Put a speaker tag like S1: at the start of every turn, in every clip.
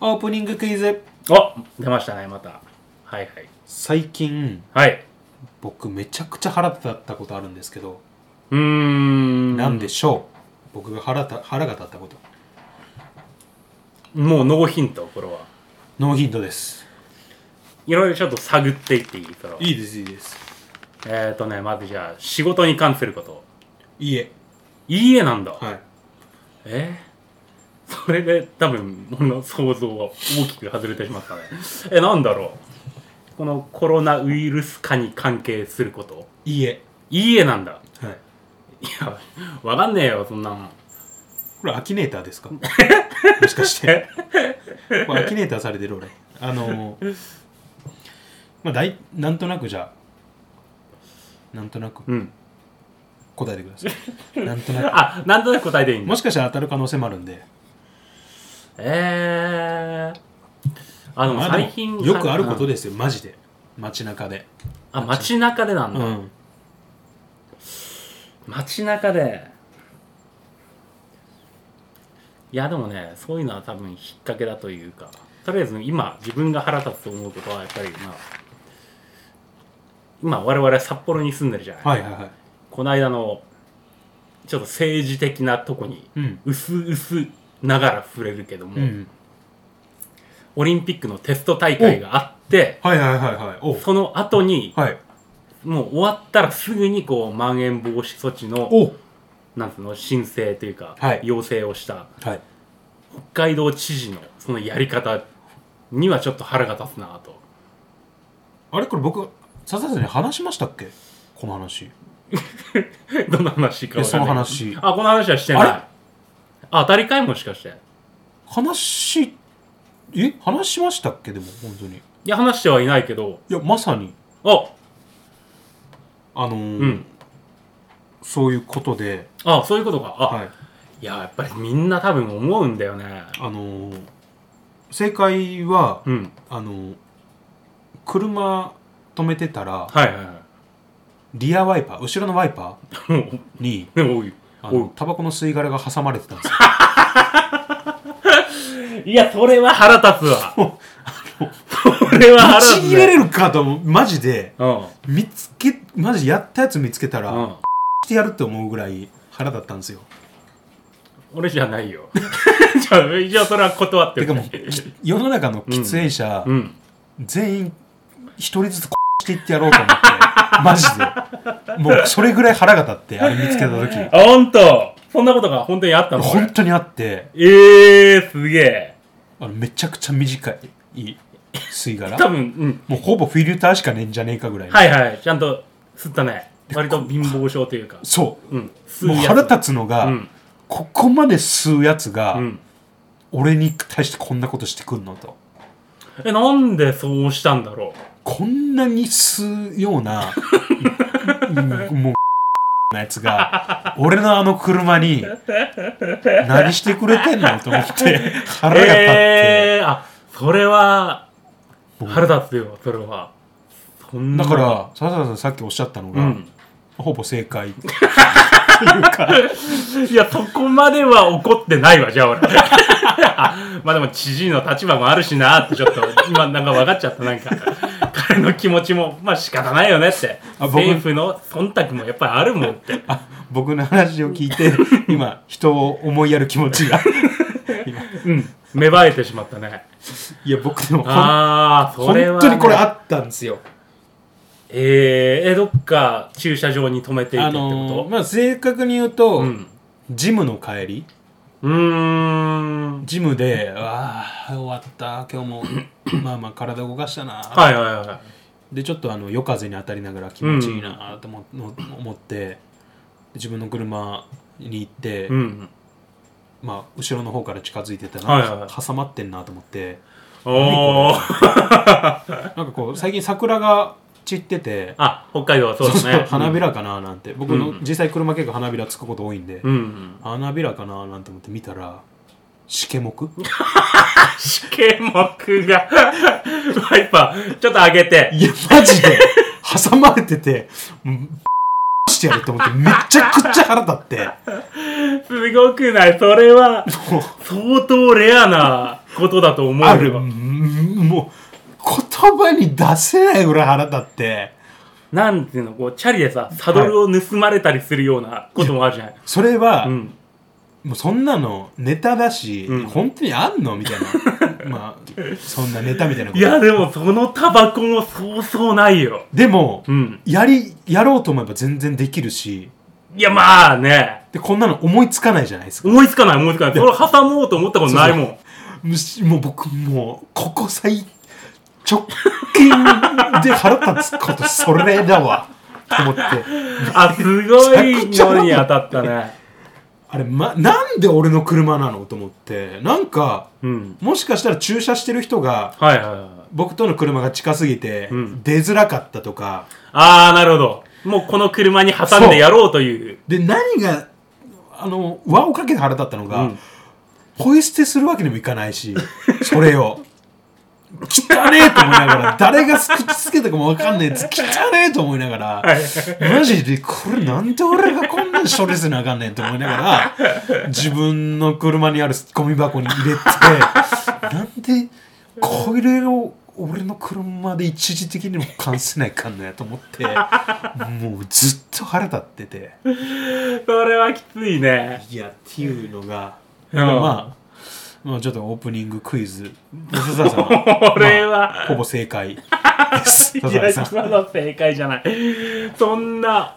S1: オープニングクイズ
S2: お出ましたねまたはいはい
S1: 最近
S2: はい
S1: 僕めちゃくちゃ腹立ったことあるんですけど、
S2: うーん
S1: なんでしょう僕が腹た腹が立ったこと
S2: もうノーヒントこれは
S1: ノーヒントです
S2: いろいろちょっと探っていっていいそれはい
S1: いですいいです
S2: えっ、ー、とねまずじゃあ仕事に関すること
S1: いいえ
S2: いいえなんだ、
S1: はい
S2: えー、それで多分俺の想像は大きく外れてしまったねえなんだろうこのコロナウイルス化に関係すること
S1: いいえ
S2: いいえなんだ
S1: はい
S2: いやわかんねえよそんなの
S1: これアキネーターですか もしか してこれアキネーターされてる俺あのまあだいなんとなくじゃあなんとなく
S2: うん
S1: 答えてくださ いなんとな
S2: あなんとなく答えていいん
S1: く
S2: だ
S1: もしかしたら当たる可能性もあるんで
S2: えー、あの
S1: まあでも
S2: 最近
S1: よくあること
S2: で
S1: ですよマジで街中で
S2: あ街中でなん
S1: う
S2: だ、
S1: ん
S2: 街中でいやでもねそういうのは多分引っ掛けだというかとりあえず今自分が腹立つと思うことはやっぱりまあ今我々は札幌に住んでるじゃない、
S1: はいはいはい
S2: この間のちょっと政治的なとこに
S1: うん
S2: 薄々ながら触れるけども、
S1: うん
S2: オリンピックのテスト大会があって
S1: はいはいはいはいお
S2: その後に
S1: はい
S2: もう終わったらすぐにこうまん延防止措置の
S1: お
S2: なんつうの申請というか、
S1: はい
S2: 要請をした
S1: はい
S2: 北海道知事のそのやり方にはちょっと腹が立つなと
S1: あれこれ僕笹田さんに話しましたっけこの話
S2: どんな話かわか
S1: えそ
S2: んない
S1: の話
S2: あこの話はしてない
S1: あれ
S2: あ当たりかいもしかしてい
S1: 話え話しましたっけでも本当にい
S2: や話してはいないけど
S1: やまさに
S2: あ
S1: あのー
S2: うん
S1: そういうことで
S2: あそういうことかあ、
S1: はい
S2: い、ややっぱりみんな多分思うんだよね
S1: あのー正解は、
S2: うん
S1: あのー車止めてたら
S2: はいはいは
S1: リアワイパー後ろのワイパ
S2: いもう
S1: ーに
S2: でもおい
S1: あ
S2: お
S1: のタバコの吸い殻が挟まれてたんですよ
S2: いいやそれは腹立 つわそれは腹
S1: ち
S2: 立つ、
S1: ぎれるかと思うマジで
S2: うん
S1: 見つけマジやったやつ見つけたら、
S2: うん
S1: してやるって思うぐらい腹だったんですよ
S2: 俺じゃな いよじゃあじゃあそれは断って
S1: て
S2: おく
S1: かもうき世の中の喫煙者、
S2: うん
S1: 全員一人ずつしていってやろうと思って マジでもうそれぐらい腹が立ってあれ見つけた時
S2: あ本当そんなことが本当にあったのこれ
S1: 本当にあって
S2: ええー、すげえ
S1: あのめちゃくちゃ短い吸い殻
S2: 多分うん
S1: もうほぼフィルターしかねえんじゃねえかぐらいの、
S2: はいはいちゃんと吸ったね割と貧乏症というか
S1: そ
S2: うん
S1: う
S2: 吸
S1: もう
S2: やつ
S1: 腹立つのが、
S2: うん
S1: ここまで吸うやつが、
S2: うん
S1: 俺に対してこんなことしてくんのと
S2: えなんでそうしたんだろ
S1: こんなに吸うような うんもうなやつが俺のあの車に何してくれてんのと思って
S2: う
S1: 腹が立って、
S2: ええー、あそれは
S1: もう
S2: 腹立つよそれはそんな
S1: だから笹田さんさっきおっしゃったの
S2: う
S1: が、
S2: ん
S1: ほぼ正解
S2: いや、そこまでは怒ってないわ、じゃあ俺。 あまあでも、知事の立場もあるしなって、ちょっと、今なんか分かっちゃった、なんか。彼の気持ちも、まあ仕方ないよねって。
S1: あ僕
S2: 政府の忖度もやっぱりあるもんって。
S1: あ僕の話を聞いて今人を思いやる気持ちが
S2: うん。芽生えてしまったね。
S1: いや僕でもほん
S2: ああ、そ
S1: 本
S2: れは、
S1: 当にこれあったんですよ
S2: えー、え、どっか駐車場に止めていたっ
S1: あ
S2: てこと、
S1: のーまあ正確に言うと、
S2: うん。
S1: ジムの帰り
S2: うーん。
S1: ジムで、ああ、終わった、今日 も、まあまあ、体動かしたな、
S2: はいはいは
S1: で、ちょっとあの夜風に当たりながら気持ちいいなと思,、の思って、で自分の車に行って、
S2: い。うん。
S1: まあ、後ろの方から近づいてたら、
S2: はいはいはい
S1: 挟まってんなと思って、
S2: おー。
S1: なんかこう、最近桜が散ってて、
S2: あ、北海道はそうだね。
S1: そうそう花びらかななんて、僕の
S2: うん
S1: 実際車結構花びらつくこと多いんで、
S2: うんうん。
S1: 花びらかななんて思って見たら、しけもく
S2: 試験目が、ワイパー、ちょっと上げて。
S1: いや、マジで、挟まれてて、うんしてやると思って、めちゃくちゃ腹立 って、
S2: すごくないそれは、
S1: もう
S2: 相当レアなことだと思
S1: あ
S2: う
S1: る
S2: よ
S1: もう言葉に出せないぐらい腹立って
S2: なんていうのこうチャリでさサドルを盗まれたりするようなこともあるじゃない、
S1: それは、
S2: うん
S1: もうそんなのネタだし、
S2: うん
S1: 本当にあんのみたいな まあそんなネタみたいなこと
S2: いやでもそのタバコもそうそうないよ
S1: でも、
S2: うん
S1: やりやろうと思えば全然できるし
S2: いやまあね
S1: でこんなの思いつかないじゃないですか
S2: 思いつかない思いつかないそれ挟もうと思ったことないもん
S1: むしもう僕もうここ最直近で腹立つことそれだわと思って
S2: あすごい
S1: めちゃくちゃ
S2: のに当たったね
S1: あれ、ま、なんで俺の車なのと思ってなんか
S2: うん
S1: もしかしたら駐車してる人が
S2: はいはいはい
S1: 僕との車が近すぎて、
S2: うん
S1: 出づらかったとか
S2: ああなるほどもうこの車に挟んでやろうという
S1: で何があの輪をかけて腹立ったのが、
S2: うん
S1: ポイ捨てするわけにもいかないしそれを汚ねえと思いながら誰が口つけたかもわかんないやつ汚ねえと思いながら、
S2: はい
S1: マジでこれなんで俺がこんなん処理せなあかんねんと思いながら自分の車にあるゴミ箱に入れてなんでこれを俺の車で一時的にも関せないかんのやと思ってもうずっと腹立ってて
S2: それはきついね
S1: いやっていうのが、
S2: うん
S1: まあまあちょっとオープニングクイズ笹沢さん
S2: これは、
S1: まあほぼ正解です
S2: い
S1: 笹
S2: や、
S1: 沢さん
S2: 今の正解じゃない。そんな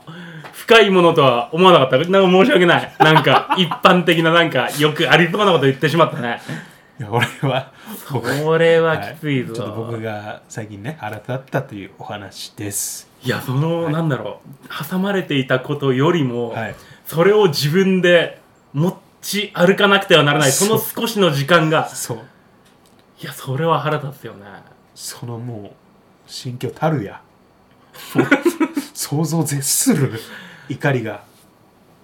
S2: 深いものとは思わなかった。なんか申し訳ない。なん か一般的ななんかよくありそうなこと言ってしまったね。
S1: いや俺は僕
S2: これはきついぞ。
S1: ちょっと僕
S2: い、
S1: が最近ね腹立ったというお話です
S2: や、その、なんだろう。挟まれていたことよりも、
S1: はい
S2: それを自分で持ち歩かなくてはならない。その少しの時間が、
S1: そう
S2: いや、それは腹立つよね。
S1: そのもう心境たるや想像を絶する怒りが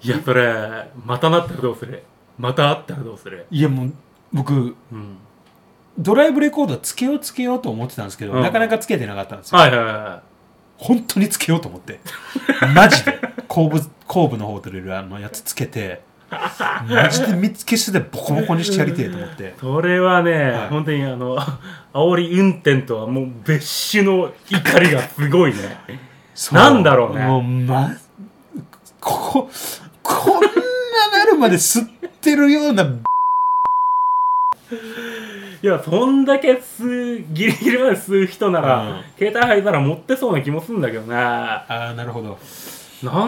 S2: いや、それ、またなったらどうするまたあったらどうする
S1: いやもう僕
S2: うん。
S1: ドライブレコーダーつけようつけようと思ってたんですけど、
S2: うん
S1: なかなかつけてなかったんですよ
S2: はいはいは
S1: 本当につけようと思ってマジで後部後部の方とれるあのやつつけてマジで見つけしててボコボコにしてやりてえと思って
S2: い。それはね、
S1: はい
S2: 本当にあの、 煽り運転とはもう別種の怒りがすごいね。
S1: そう
S2: なんだろうね
S1: もう、ま、ここ、こんななるまで吸ってるような、
S2: いや、そんだけ吸う、ギリギリまで吸う人なら、
S1: うん
S2: 携帯入ったら持ってそうな気もするんだけどね。な
S1: ああ、なるほど。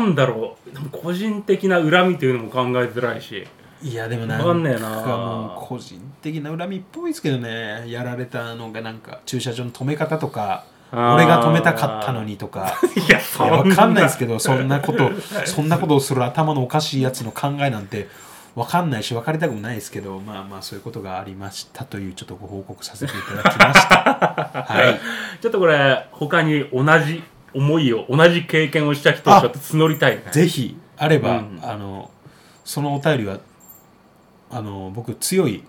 S2: んだろう、でも個人的な恨みというのも考えづらいし。
S1: いや、でも
S2: わかんねえな
S1: もう個人的な恨みっぽいですけどね、やられたのがなんか、駐車場の止め方とか、
S2: あー
S1: 俺が止めたかったのにとか、
S2: いや、そ
S1: い
S2: ん
S1: や、
S2: な。
S1: わかんないですけど、そんなこと、そんなことをする頭のおかしいやつの考えなんて、わかんないし、わかりたくもないですけど、まあまあ、そういうことがありましたという、ちょっとご報告させていただきま した。はい。
S2: ちょっとこれ、他に同じ思いを、同じ経験をした人をちょっと募りたいね。
S1: ぜひあれば、
S2: うん
S1: あのそのお便りはあの僕強い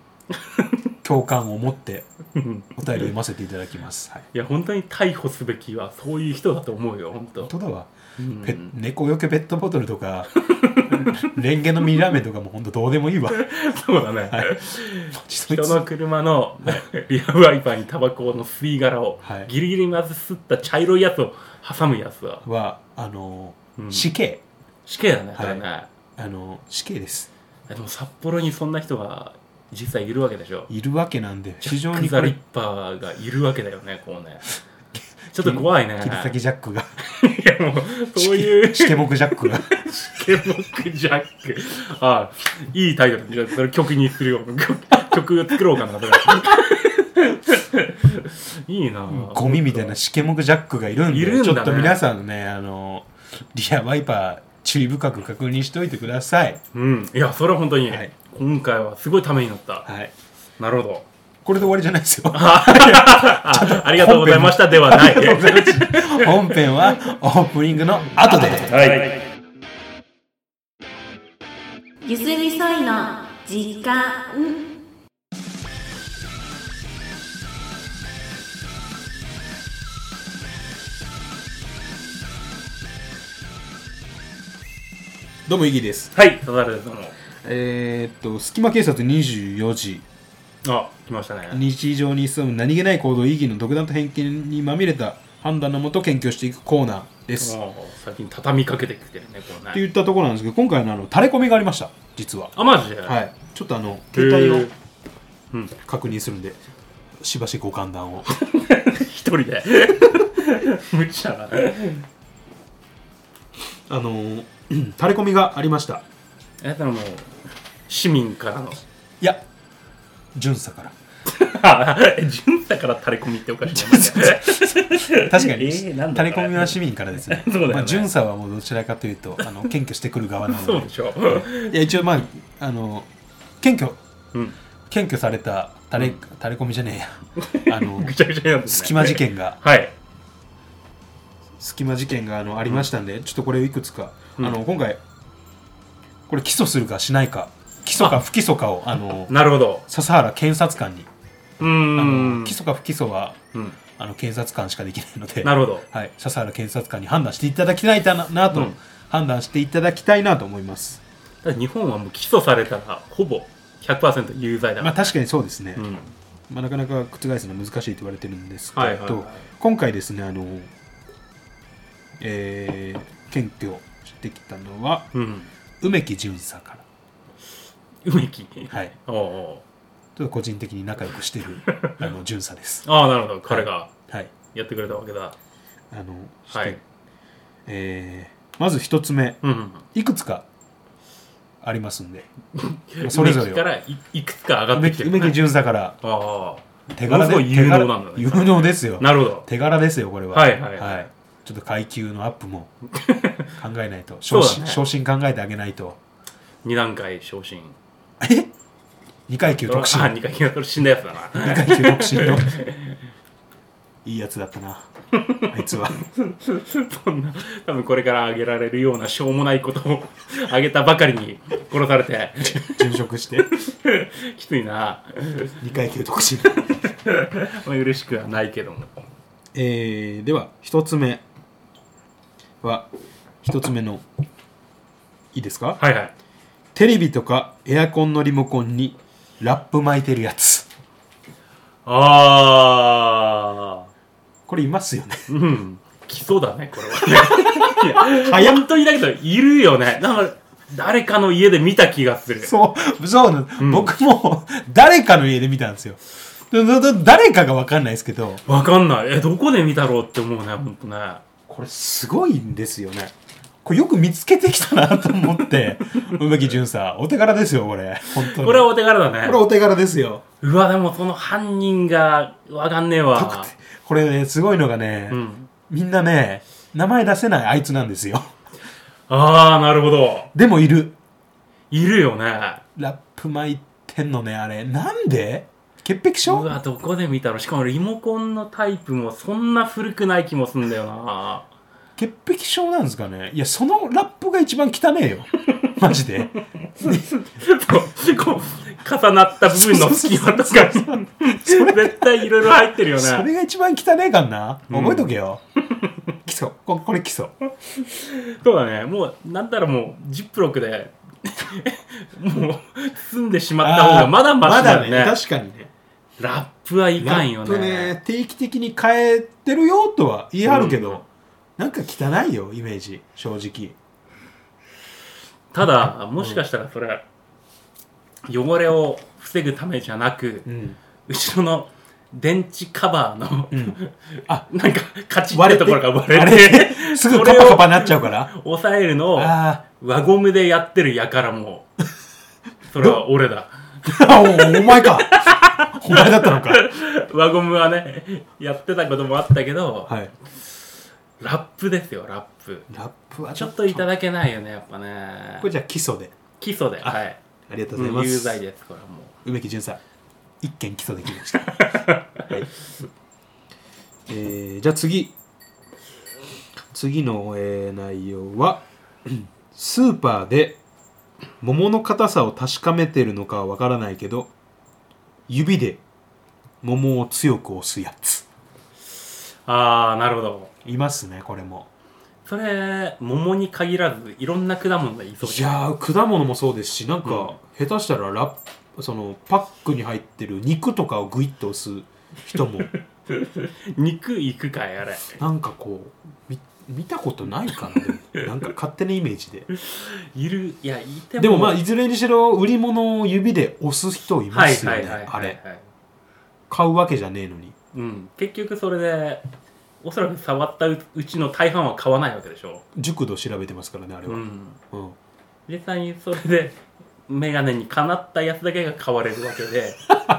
S1: 共感を持って
S2: うん
S1: お便り読ませていただきます。はい、
S2: いや、本当に逮捕すべきはそういう人だと思うよ、本当。
S1: 本当だわ、
S2: うん
S1: ペ猫よけペットボトルとかレンゲのミラーメンとかも本当どうでもいいわ。
S2: そうだね。
S1: そい
S2: 人
S1: つ
S2: の車のリアワイパーにタバコの吸い殻を
S1: はい
S2: ギリギリまず吸った茶色いやつを挟むやつは
S1: はあの、
S2: うん
S1: 死刑
S2: 死刑だね、
S1: はい
S2: これね。
S1: あの死刑です
S2: でも札幌にそんな人が実際いるわけでしょ。
S1: いるわけなんで非常
S2: ク
S1: にこ
S2: ザリ
S1: れ
S2: ッパーがいるわけだよね、こ うね。ちょっと怖いね。
S1: 切り裂きジャックが
S2: いやもう、そ ういう
S1: 死刑目ジャッ クが
S2: ケモクジャック。ああ、いいタイトル。じゃあそれ曲にするよ。曲を作ろうかな、 それいいなぁ
S1: ゴミみたいなシケモクジャックがいるんで
S2: いるんだ
S1: ち
S2: ね
S1: ょっと皆さんねあのリアワイパー注意深く確認しておいてください、
S2: うん、いや、それは本当に、
S1: はい
S2: 今回はすごいためになった。
S1: はい、
S2: なるほど。
S1: これで終わりじゃないですよ
S2: あありがとうございましたではない。
S1: 本編はオープニングの後で
S2: はい。
S3: ゆすみそいの時間
S1: どうもイギです
S2: はい、サザルですどうも
S1: えーっと隙間警察24時
S2: あ来ましたね
S1: 日常に潜む何気ない行動意義の独断と偏見にまみれた判断のもと研究していくコーナーです。
S2: おー最近畳みかけてきてるねこう
S1: って
S2: ね
S1: 言ったところなんですけど今回のあの垂れ込みがありました実は。
S2: あマジでは
S1: はい、ちょっとあの携帯を
S2: うん
S1: 確認するんでしばしご勘談 を。
S2: 一人で無茶だね
S1: あのーうん垂れ込みがありました
S2: えだからもう市民から の
S1: いや巡査から
S2: あえ潤太から垂れ込みっておかしいね
S1: 確かに、
S2: えーなんだ
S1: 垂れ込みは市民からですね
S2: そうだよね
S1: まあ、巡査はもうどちらかというとあの 検挙してくる側なの
S2: そう
S1: で
S2: でしょ、
S1: いや一応まああの検挙
S2: うん、
S1: 検挙された垂れ,、垂れ込みじゃねえ やあの
S2: ぐちゃぐちゃになって、ね、
S1: 隙間事件が
S2: はい
S1: 隙間事件があのありましたんで、ちょっとこれをいくつか、
S2: うん
S1: あの今回これ起訴するかしないか起訴か不起訴かをあの
S2: なるほど
S1: 笹原検察官に
S2: う
S1: あ
S2: ー
S1: の
S2: ん
S1: 起訴か不起訴は
S2: うん
S1: あの検察官しかできないので
S2: なるほど
S1: はい、笹原検察官に判断していただきたいななと、
S2: うん
S1: 判断していただきたいなと思います。
S2: ただ日本はもう起訴されたらほぼ100%有罪だ
S1: まあ確かにそうですね。
S2: うん
S1: まあなかなか覆すのは難しいと言われてるんですけど、
S2: はいはいはい
S1: 今回ですねあの、えー、検挙してきたのは
S2: うん
S1: 梅木淳さんから。
S2: 梅木
S1: はい、
S2: おうおう
S1: ちょっと個人的に仲良くして るあの淳さんです。
S2: ああなるほど彼が
S1: はい。
S2: やってくれたわけだ、
S1: あのして
S2: はい
S1: えーまず一つ目
S2: うんうん
S1: いくつかありますんで、ま
S2: うん
S1: あそれぞれ
S2: 梅
S1: を
S2: 木からいいくつか上がって
S1: 梅
S2: きて
S1: 木
S2: る、
S1: 梅木淳さんから
S2: あ
S1: 手柄で
S2: ものすごい有能なんだね
S1: 手柄有能ですよ
S2: あなるほど
S1: 手柄ですよこれは
S2: はいはいはい
S1: ちょっと階級のアップ も考えないと
S2: そ
S1: 昇
S2: うだね
S1: 進,、昇進考えてあげないと
S2: 2段階昇進
S1: え2階級特進
S2: あ2階級死んだやつだな
S1: 2階級特進のいいやつだったなあいつは
S2: そんな多分これからあげられるようなしょうもないことを あげたばかりに殺されて
S1: 殉職して
S2: きついな
S1: 2階級特進
S2: まあ嬉しくはないけども
S1: えー、では1つ目は1つ目のいいですか、
S2: はいはい
S1: テレビとかエアコンのリモコンにラップ巻いてるやつ
S2: ああ
S1: これいますよね
S2: うん基礎だねこれ はい
S1: 早
S2: や
S1: っ
S2: 本当にだけどいるよねだから誰かの家で見た気がする
S1: そう、そうなの、
S2: ん
S1: 僕も誰かの家で見たんですよ。ででで誰かが分かんないですけど、
S2: わかんないえどこで見たろうって思うね本当ね
S1: これすごいんですよね。これよく見つけてきたなと思 って、梅木淳さん、お手柄ですよ、これ。本当に。
S2: これはお手柄だ
S1: これ
S2: ね
S1: お手柄ですよ。
S2: うわでもその犯人がわかんねえわ
S1: これね、すごいのがね、
S2: うん
S1: みんなね、名前出せないあいつなんですよ。
S2: ああなるほど
S1: でもいる。
S2: いるよね
S1: ラップ巻いてんのね、あれ。なんで潔癖
S2: う
S1: 症
S2: わどこで見たのしかもリモコンのタイプもそんな古くない気もすんだよな
S1: 潔癖症なんですかねいや、そのラップが一番汚えよ。マジで。
S2: そうこう重なった部分の隙間とか絶対いろいろ入ってるよ
S1: それ
S2: ね
S1: が一番汚えかんな、
S2: うん
S1: 覚えとけよ基礎ここれ基礎
S2: そうだねもうなんたらもうジップロックで もう包んでしまった方がまだマシだよね,、
S1: まだね確かにね
S2: ラップはいかんよ
S1: ラッ
S2: ね
S1: プね定期的に変えてるよとは言い張るけど、なんか汚いよイメージ正直
S2: ただもしかしたらそれ汚れを防ぐためじゃなく、
S1: ん、
S2: 後ろの電池カバーの、
S1: うん、 あ
S2: なんかカチッってところが割れて
S1: すぐ
S2: そ
S1: カ
S2: れを
S1: パカパなっちゃうから
S2: 抑えるのを
S1: あ
S2: 輪ゴムでやってるやから もうそれは俺だ
S1: あおお前かお前だったのか
S2: 輪ゴムはねやってたこともあったけど、
S1: はい
S2: ラップですよラップ
S1: ラップは
S2: ちょっとい
S1: だ
S2: ただけないよねやっぱ
S1: これ
S2: ね
S1: じゃあ基礎で
S2: 基礎ではい
S1: ありがとうございます
S2: 有罪ですこれはも
S1: 梅木淳さん一件起訴でき ました、はいえーじゃあ次次の、えー内容はうんスーパーで桃の硬さを確かめてるのかはわからないけど指で桃を強く押すやつ
S2: うああなるほど
S1: いますねこれも
S2: それ桃に限らずいろんな果物がいそう
S1: い
S2: じゃん
S1: やー果物もそうですしなんか、下手したらラッそのパックに入ってる肉とかをグイッと押す人も
S2: 肉いくかいあれ
S1: なんかこうみ見たことないかなでも なんか勝手なイメージで
S2: いるいやいても
S1: でもまあいずれにしろ売り物を指で押す人いますよ
S2: はい
S1: ね
S2: はいはいはい
S1: あれ買うわけじゃねえのに
S2: うん結局それでおそらく触ったううちの大半は買わないわけでしょ
S1: 熟度調べてますからねあれは、
S2: う
S1: うん
S2: ん実際にそれで眼鏡にかなったやつだけが買われるわ けで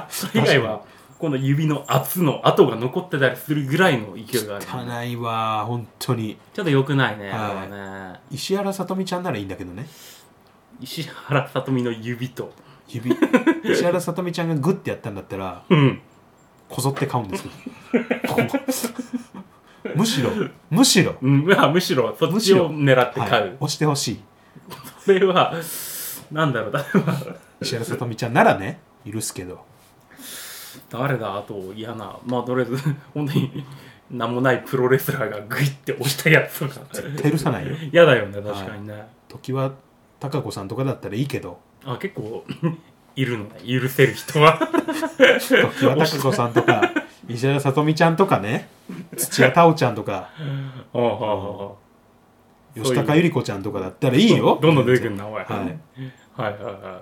S2: それ以外はこの指の圧の跡が残ってたりするぐらいの勢いがある
S1: 汚いわ本当に
S2: ちょっと良くない
S1: は
S2: ね,、
S1: い
S2: あれはね
S1: 石原さとみちゃんならいいんだけどね
S2: 石原さとみの指と
S1: 指石原さとみちゃんがグッてやったんだったら
S2: うん
S1: こぞって買うんですけどこう むしろむしろ、
S2: うん、まあむしろそっ
S1: む
S2: ち
S1: しろ
S2: を狙って買、
S1: はいう押してほしい
S2: それはなんだろう 誰
S1: 石原さとみちゃんならね許すけど
S2: 誰だあと嫌なまあとりあえず本当に名もないプロレスラーがグイって押したやつとか
S1: 許さないよ
S2: 嫌だよね確かにね、
S1: 時は貴子さんとかだったらいいけ ど
S2: あ結構いるのね許せる人は
S1: 時は貴子さんとか石原さとみちゃんとか ね土屋太鳳ちゃんとか
S2: おうおうおう
S1: 吉高由里子ちゃんとかだったらいいよ
S2: どんどん出てくるなおい、
S1: はい、
S2: はいはいは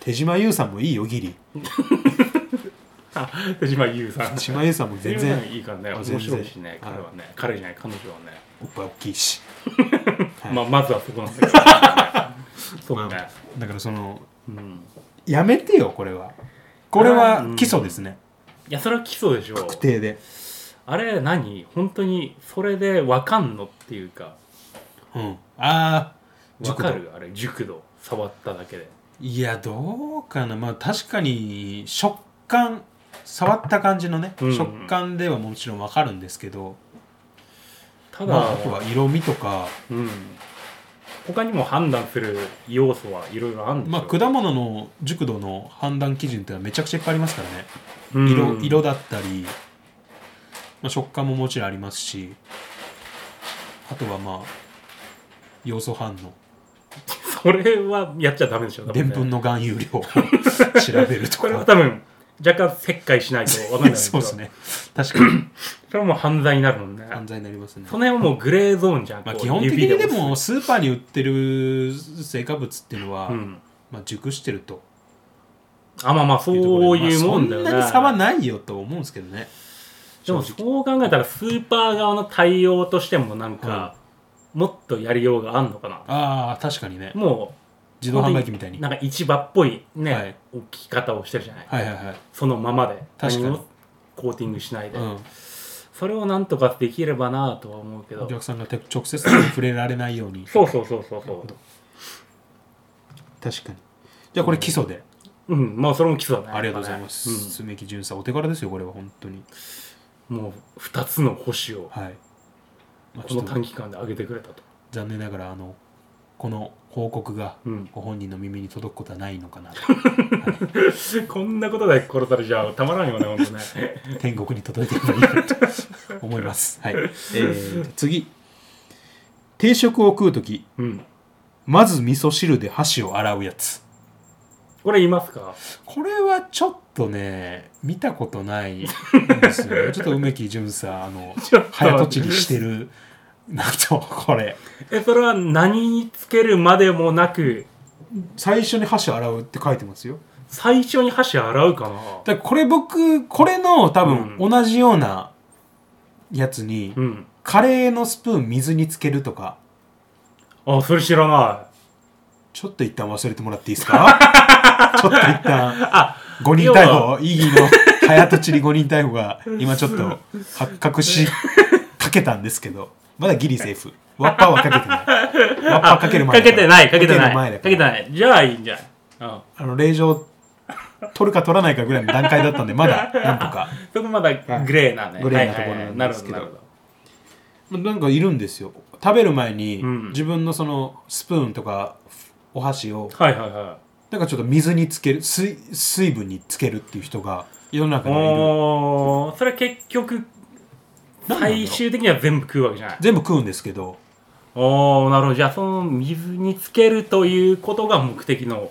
S1: 手島優さんもいいよギリ
S2: いあ手島優さん
S1: 手島優さんも全然
S2: 手島優さんいいからね
S1: あ
S2: 面
S1: 全然
S2: 白いしね
S1: はい
S2: 彼はね、彼じゃない彼女はね、
S1: おっぱい大きいし
S2: まあまずはそこなんだけど、 ね、そうね、
S1: だからその
S2: うん
S1: やめてよこれはこれは基礎ですね
S2: いやそれは基礎でしょ
S1: 確定で、
S2: あれ何本当にそれでわかんのっていうか
S1: うん、ああ
S2: わかるあれ熟度触っただけで
S1: いやどうかなまあ確かに食感触った感じのね、
S2: うんうん
S1: 食感ではもちろんわかるんですけど、
S2: ただ、
S1: まあ、あとは色味とか、
S2: うん他にも判断する要素はいろいろあるんでしょ
S1: まあ、果物の熟度の判断基準ってのはめちゃくちゃいっぱいありますからね、
S2: うん
S1: 色色だったり、まあ、食感ももちろんありますしあとはまあ要素反応
S2: それはやっちゃダメでしょ多
S1: で
S2: 分
S1: ん
S2: ね
S1: ぷんの含有量を 調べると
S2: これは
S1: か
S2: 多分若干切開しないとわかんないけ ど
S1: そうですね確かに
S2: それはもう犯罪になるもんね
S1: 犯罪になりますね
S2: その辺はもうグレーゾーンじゃん、
S1: まあ、
S2: こう
S1: 基本的に
S2: 指
S1: で
S2: 押す
S1: もスーパーに売ってる成果物っていうのは、
S2: うん
S1: まあ、熟してると
S2: あまあまあそう
S1: いうところで
S2: いうもんだよ
S1: まあ、そ
S2: ね、
S1: んなに差はないよと思うんですけどね
S2: でもそう考えたらスーパー側の対応としてもなんか、
S1: は
S2: もっとやりようがあんのかな
S1: ああ確かにね
S2: もう
S1: 自動販売機みたいに
S2: なんか市場っぽいね、
S1: はい
S2: 置き方をしてるじゃない、
S1: はいはいはい、
S2: そのままで
S1: 確かに
S2: 何もコーティングしないで、
S1: うん、
S2: それをなんとかできればなとは思うけど
S1: お客さんがて直接触れられないように
S2: そうそうそうそうそう
S1: 確かにじゃあこれ基礎で、
S2: うんまあそれも基礎だね
S1: ありがとうございます
S2: やっぱね
S1: 爪木潤さんお手柄ですよこれは本当に
S2: うんもう2つの星を
S1: はい、まあ、
S2: こ
S1: ちょ
S2: の
S1: っと
S2: 短期間で上げてくれたと、
S1: 残念ながらあのこの報告が
S2: うん、
S1: ご本人の耳に届くことはないのかなと
S2: こんなことで殺されちゃうたまらんよねほんとね
S1: 天国に届いてればいいなと思い ます。はい。えー次。定食を食うとき、
S2: うん
S1: まず味噌汁で箸を洗うやつ。
S2: これいますか
S1: これはちょっとね、見たことないんです よね。ちょっと梅木淳さん、あの
S2: ちょっと、
S1: 早とちりしてるなと、これ。
S2: えそれは何につけるまでもなく
S1: 最初に箸洗うって書いてますよ。
S2: 最初に箸洗うかな
S1: だからこれ僕、これの多分
S2: う
S1: 同じようなやつに、
S2: うん
S1: カレーのスプーン水につけるとか、
S2: あそれ知らない
S1: ちょっと一旦忘れてもらっていいですかちょっと一旦
S2: あ
S1: 5人逮捕イギーの早とちり5人逮捕が今ちょっと発覚しかけたんですけどまだギリセーフワッパーはかけてないワッパーかける前
S2: かけてないかけてない
S1: 前
S2: か
S1: だ
S2: け
S1: ら
S2: てないじゃあいいんじゃないうん
S1: あの令状取るか取らないかぐらいの段階だったんでまだなんとか
S2: そこまだグレーなね、
S1: グレーなところ
S2: はいはいはい
S1: な
S2: な
S1: で
S2: んる
S1: す
S2: ほ
S1: け
S2: ど
S1: ど
S2: なるほど
S1: なんかいるんですよ食べる前に
S2: うん
S1: 自分のそのスプーンとかお箸を
S2: はいはいは
S1: なんかちょっと水につける水水分につけるっていう人が世の中
S2: い
S1: にはいる
S2: おーそれは結局
S1: なんなんだろう
S2: 最終的には全部食うわけじゃない
S1: 全部食うんですけど
S2: おーなるほどじゃあその水につけるということが目的の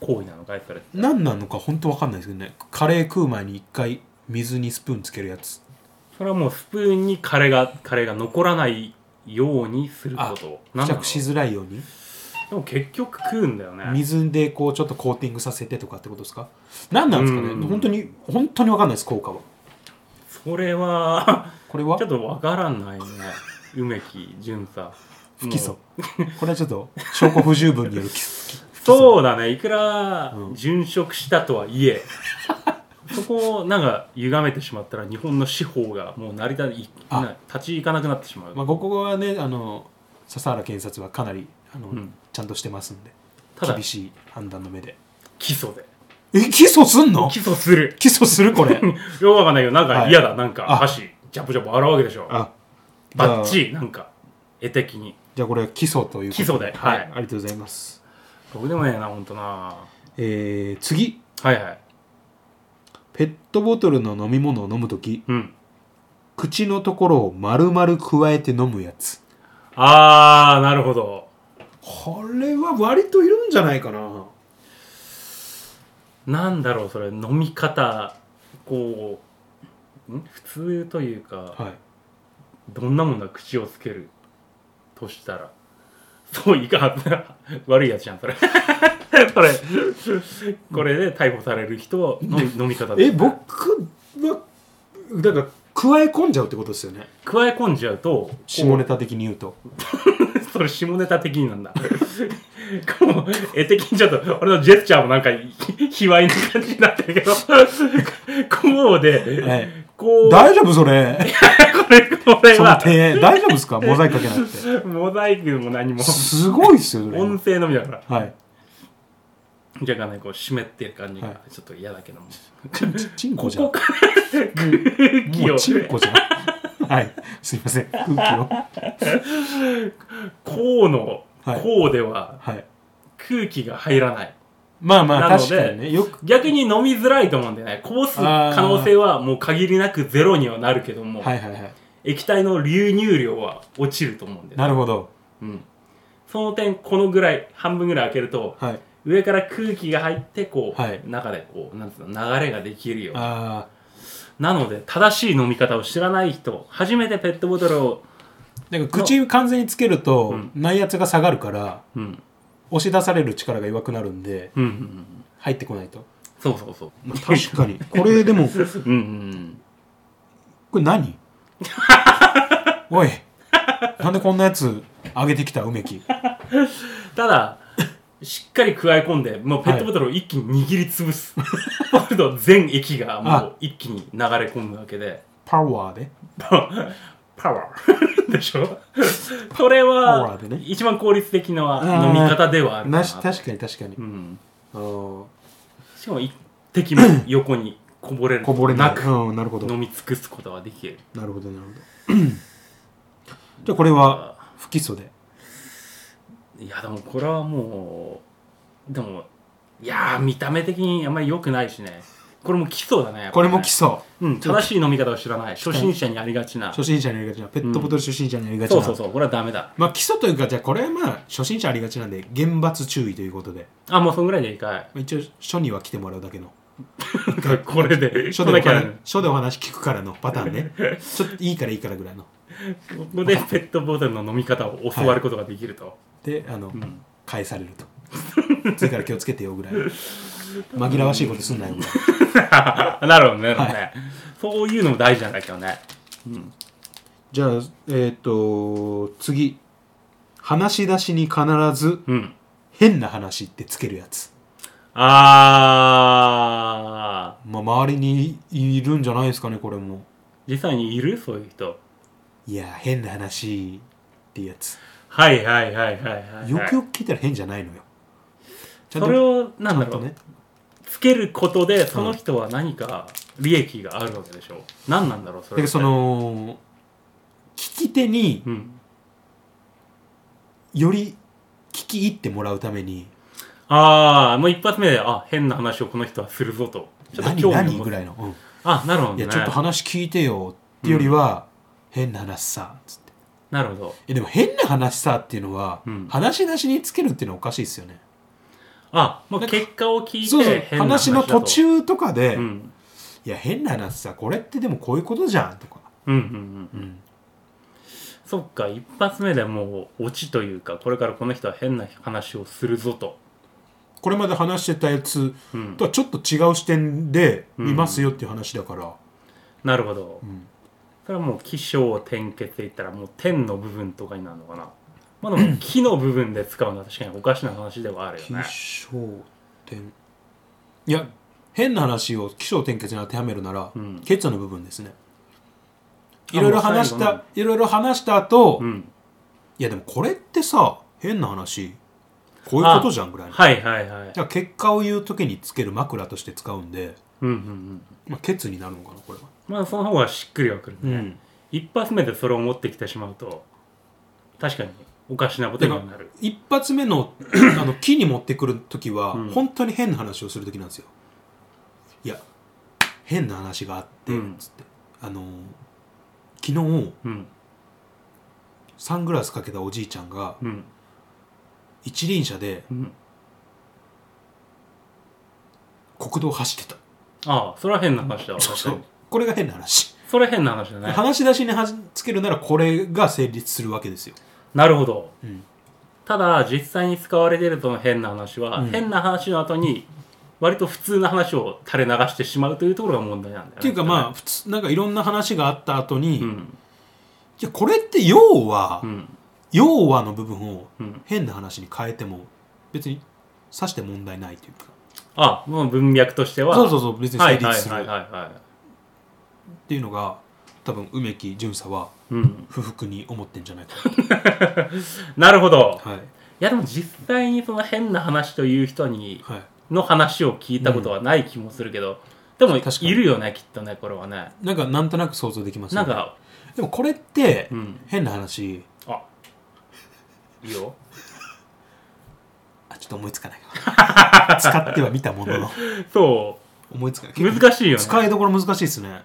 S2: 行為なのかやったら
S1: 何なのか本当わかんないですけどねカレー食う前に一回水にスプーンつけるやつ
S2: それはもうスプーンにカレーがカレーが残らないようにすること
S1: 付
S2: なんだろう
S1: 着しづらいように
S2: でも結局食うんだよね
S1: 水でこうちょっとコーティングさせてとかってことですか何なんですか
S2: うん
S1: ね本当に本当にわかんないです効果は
S2: それは
S1: これは
S2: ちょっとわからないね梅木潤さん
S1: 不起訴
S2: もう
S1: これはちょっと証拠不十分による起 訴
S2: そうだねいくら
S1: うん
S2: 殉職したとはいえ、そこをなんか歪めてしまったら日本の司法がもう成り立い
S1: あ
S2: な立ち行かなくなってしまう、
S1: まあここはねあの笹原検察はかなりあの、
S2: うん
S1: ちゃんとしてますんで
S2: ただ
S1: 厳しい判断の目で
S2: 起訴で
S1: え起訴すんの
S2: 起訴 する
S1: 起訴するこれ
S2: よくわかんないけどなんか
S1: はい
S2: 嫌だ、なんか
S1: あ
S2: 箸ジャブジャブ洗うわけでしょ
S1: あ
S2: バッチ
S1: じゃあ
S2: リなんか絵的に
S1: じゃあこれは起訴ということ
S2: 起訴では
S1: はいい、ありがとうございます
S2: どうでもええなほんとな
S1: えー、次
S2: はいはい
S1: ペットボトルの飲み物を飲むとき
S2: うん
S1: 口のところを丸々加えて飲むやつ
S2: あーなるほど
S1: これは割といるんじゃないかな
S2: なんだろうそれ飲み方こうん普通というか、
S1: はい
S2: どんなもんだ口をつけるとしたらそういか 悪いやつじゃんそれこれこれで逮捕される人の飲み方で
S1: え僕はだから加え込んじゃうってことですよね
S2: 加え込んじゃうと
S1: 下ネタ的に言うと
S2: それ下ネタ的になんだこう絵的にちょっと俺のジェスチャーもなんかひ卑猥な感じになってるけどこうで、
S1: え
S2: こう
S1: 大丈夫それ
S2: これこれ
S1: その
S2: は
S1: 提案大丈夫ですかモザイクかけなく て
S2: モザイクも何も
S1: すごいっすよそれ
S2: 音声のみだから
S1: はい
S2: 若干ねこう湿ってる感じが
S1: は
S2: ちょっと嫌だけども、
S1: ちんちちんこ
S2: こ
S1: じゃん
S2: こから空気
S1: も
S2: を
S1: うちんこじゃん はいすいません空気を
S2: こうの
S1: はい
S2: こうでは
S1: はい
S2: 空気が入らない
S1: まあまあ
S2: なの
S1: 確
S2: で
S1: かにねよく
S2: 逆に飲みづらいと思うんでねこうす可能性はもう限りなくゼロにはなるけども、
S1: はいはいはい
S2: 液体の流入量は落ちると思うんで、
S1: なるほど
S2: うん、その点このぐらい半分ぐらい開けると
S1: はい
S2: 上から空気が入ってこう、
S1: はい
S2: 中でこうなんつうの流れができるような
S1: あ
S2: なので正しい飲み方を知らない人初めてペットボトルを、
S1: あなんか口完全につけると
S2: うん
S1: 内圧が下がるから
S2: うん
S1: 押し出される力が弱くなるんで
S2: うんうんうん、
S1: 入ってこないと、
S2: そうそうそう
S1: まあ、確か にこれでも
S2: うんうん
S1: これ 何おいなんでこんなやつ上げてきた梅木
S2: ただしっかり加え込んでもうペットボトルを一気に握りつぶす、 そうすると全液がもう
S1: あ
S2: 一気に流れ込むわけで
S1: パワーで
S2: パワー でしょそれ
S1: パワ
S2: は
S1: ーでね
S2: 一番効率的な飲み方ではあるか
S1: な
S2: な
S1: し確かに確かに、
S2: うん、
S1: あー
S2: しかも一滴も横にこぼれる
S1: こぼれ
S2: な
S1: な
S2: く
S1: くうん、なるほどな
S2: 飲み尽くすことはできる
S1: るほどなるほど じゃあこれは不起訴で
S2: いやでもこれはもうでもいやー見た目的にあんまり良くないしねこれも基礎だねやっぱ
S1: こ
S2: り
S1: れ
S2: ね
S1: も起訴
S2: うん、正しい飲み方を知らない初心者にありがちな、
S1: 初心者にありがちなペットボトル初心者にありがちな、
S2: そうそうそうこれはダメだ
S1: まあ基礎というかじゃあこれはまあ初心者ありがちなんで厳罰注意ということで、
S2: あもうそんぐらいでいいかい
S1: まあ、一応書には来てもらうだけの
S2: これで
S1: 書
S2: こ
S1: でお
S2: んなキャラ
S1: 話書でお話聞くからのパターンねちょっといいからいいからぐらいの
S2: ここでペットボトルの飲み方を教わることができると、
S1: であの、
S2: ん
S1: 返されると次から気をつけてよぐらい紛らわしいことすんなよぐ らい
S2: なるほどね、なるほどねそういうのも大事なんだけどね
S1: じゃあえっ、と次話し出しに必ず
S2: うん
S1: 変な話ってつけるやつ、
S2: あ
S1: まあ、周りにいるんじゃないですかねこれも
S2: ー実際にいるそういう人
S1: いや変な話ってやつ
S2: はいはいはいはいはい、
S1: よくよく聞いたら変じゃないのよちゃんと
S2: それをなんだ
S1: ちゃ
S2: ろ
S1: んと
S2: う、
S1: ね
S2: つけることでその人は何か利益があるわけでしょ何なんだろうそ
S1: だか
S2: れって
S1: らその聞き手に
S2: うん
S1: より聞き入ってもらうために
S2: ああもう一発目であ変な話をこの人はするぞとちょっと
S1: 何
S2: 興味を
S1: 何
S2: 持
S1: ぐ
S2: つ
S1: らいの、うん
S2: あなるほど
S1: い
S2: ね
S1: やちょっと話聞いてよってよりは、変な話さつって
S2: なるほど
S1: えでも変な話さっていうのは、
S2: うん
S1: 話し出しにつけるっていうのはおかしいですよね
S2: あ、まあ、
S1: なんか
S2: 結果を聞いて
S1: そうそう
S2: 変な
S1: 話
S2: だ
S1: の
S2: と
S1: 途、中とかで、
S2: うん、
S1: いや変な話さこれってでもこういうことじゃんとか、
S2: うんうんうん
S1: うん、
S2: そっか一発目でもうオチというかこれからこの人は変な話をするぞと、
S1: これまで話してたやつ
S2: うん
S1: と、はちょっと違う視点で見ますよっていう話だから、
S2: なるほど、
S1: うん
S2: それはもう起承転結でいったらもう天の部分とかになるのかなまあで も木の部分で使うのは確かにおかしな話ではあるよ
S1: 起
S2: ね
S1: 承転いや変な話を起承転結に当てはめるなら、
S2: うん
S1: ケツの部分ですね
S2: あ
S1: いろいろ話し
S2: もう最
S1: た
S2: 後の
S1: いろいろ話した後、
S2: うん
S1: いやでもこれってさ変な話こういうことじゃんぐらいの
S2: はいはいはい
S1: だから結果を言う時につける枕として使うんで、
S2: うんうんうん
S1: まあ、ケツになるのかなこれは、
S2: まあその方がしっくりはくるね、一発目でそれを持ってきてしまうと確かにおかしなことにはなる
S1: 一発目 のあの木に持ってくる時は、
S2: うん
S1: 本当に変な話をする時なんですよいや変な話があって、
S2: うん
S1: つってあのー昨日
S2: うん
S1: サングラスかけたおじいちゃんが
S2: うん
S1: 一輪車で
S2: うん
S1: 国道を走ってた
S2: ああそれは変な話だわ
S1: そう
S2: 確か
S1: そう
S2: に
S1: これが変な話、
S2: それ変な話だね
S1: 話し出しにはじつけるならこれが成立するわけですよ、
S2: なるほど
S1: うん
S2: ただ実際に使われてるその変な話は、
S1: うん
S2: 変な話の後に割と普通の話を垂れ流してしまうというところが問題なんだよね
S1: っていうかまあ普通なんかいろんな話があった後に、
S2: うん
S1: じゃあこれって要は、
S2: うん
S1: 要はの部分を
S2: うん
S1: 変な話に変えても別にさして問題ないというか
S2: あもう文脈としては
S1: そうそうそう別に
S2: は
S1: 成
S2: いは
S1: 立
S2: い
S1: する
S2: はいはい
S1: っ
S2: は
S1: ていうのが多分梅木巡査はい
S2: うん
S1: 不服に思ってんじゃないかな
S2: なるほど
S1: とはい
S2: いやでも実際にその変な話という人に
S1: はい
S2: の話を聞いたことはない気もするけど、でも
S1: 確かに
S2: いるよねきっとねこれはね
S1: なんかなんとなく想像できますよ
S2: なん
S1: ね
S2: か
S1: でもこれって
S2: うん
S1: 変な話
S2: あい いよ
S1: あちょっと思いつかない な使ってはみたものの
S2: そ
S1: 思いつかないう
S2: 難しいよね
S1: 使いどころ難しいですね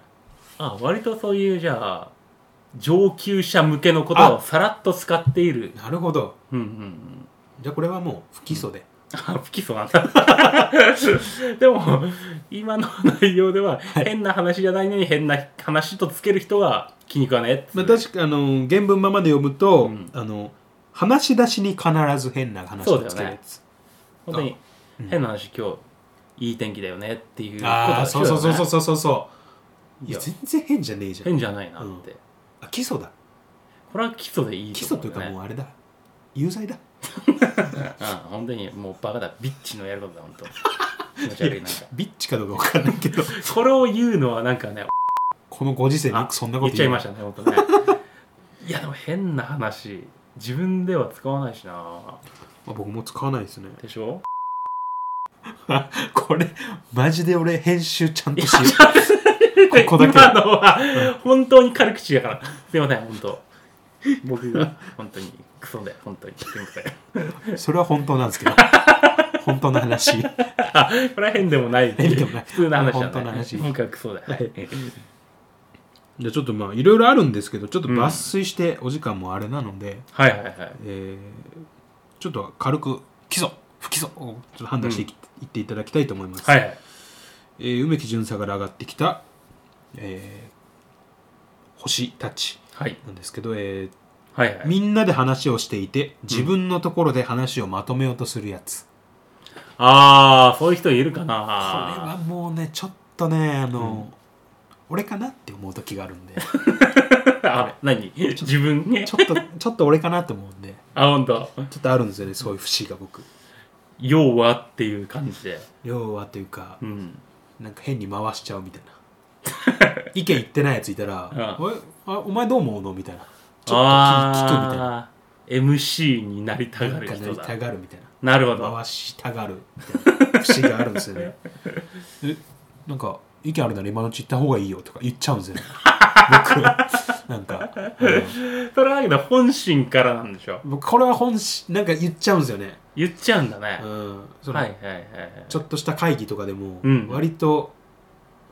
S2: あ割とそういうじゃあ上級者向けの言葉を
S1: あ
S2: さらっと使っている
S1: なるほど
S2: うんうんうん
S1: じゃあこれはもう不起訴で、
S2: あ 不起訴なんだでも今の内容では変な話じゃないのに変な話とつける人は気に食わねえって
S1: まあ、確かあの原文ままで読むと、
S2: うん
S1: あの話し出しに必ず変な話をつけるやつ、
S2: 本当に
S1: うん
S2: 変な話今日いい天気だよねっていうこと
S1: ああ
S2: だ
S1: そうそうそうそう
S2: う
S1: そうそうそうい
S2: い
S1: や
S2: や
S1: 全然変じゃねえじゃん
S2: 変じゃないなって、
S1: あ基礎だ
S2: これは基礎でいい
S1: 基礎というかもう
S2: う
S1: あれだ有罪だ
S2: うん本当にもうバカだビッチのやることだ本当気持ち悪いなんか
S1: ビッチかどうか分かんないけ ど
S2: これを言うのはなんかね
S1: このご時世に
S2: あ
S1: そんなこ
S2: 言っ
S1: と
S2: ちゃい
S1: な
S2: ましたね本当ね いやでも変な話自分では使わないしな
S1: まあ、僕も使わないですね
S2: でしょ
S1: これマジで俺編集ちゃんとしようここだけ
S2: 今のは本当に軽口だからすいません本当僕が本当にクソで本当にすいませ ん
S1: それは本当なんですけど本当の話
S2: あこれは変でもない
S1: 変でもない
S2: 普通の話だね
S1: 本当の話
S2: 僕はクソだはい
S1: じゃあちょっとまあいろいろあるんですけどちょっと抜粋してお時間もあれなので、
S2: はいはいはい
S1: えーちょっと軽く基礎不基礎をちょっと判断していき、いっていただきたいと思います、
S2: はいはい
S1: えー梅木巡査から上がってきた、えー星たち
S2: はい
S1: なんですけど、えー
S2: はいはい
S1: みんなで話をしていて自分のところで話をまとめようとするやつ、
S2: ああそういう人いるか
S1: これは
S2: な
S1: もうねちょっとねあの、俺かなって思う時があるんで
S2: あ何自分ね
S1: ちょっとちょっと俺かなって思うんで
S2: あ本当
S1: ちょっとあるんですよねそういう節が僕
S2: 要はっていう感じで
S1: 要はというか
S2: う、ん
S1: なんか変に回しちゃうみた いな意見言ってないやついたら「
S2: うん
S1: おいあお前どう思うの?」みたいなちょっと聞聞くみたいな
S2: ああー MC になりた
S1: な
S2: が
S1: ん
S2: る
S1: かな
S2: 人
S1: り
S2: だ
S1: たがるみたい
S2: なるほ
S1: な
S2: ど
S1: 回したがるみたいな節があるんですよね えなんか意見あるなら今のうち言った方がいいよとか言っちゃうんですよね僕なんか、うん
S2: それはだけど本心からなんでしょ
S1: 僕これは本しなんか言っちゃうんですよね、
S2: 言っちゃうんだね
S1: う
S2: は
S1: ん
S2: い
S1: その
S2: はいはいはい
S1: ちょっとした会議とかでも、
S2: うん
S1: 割と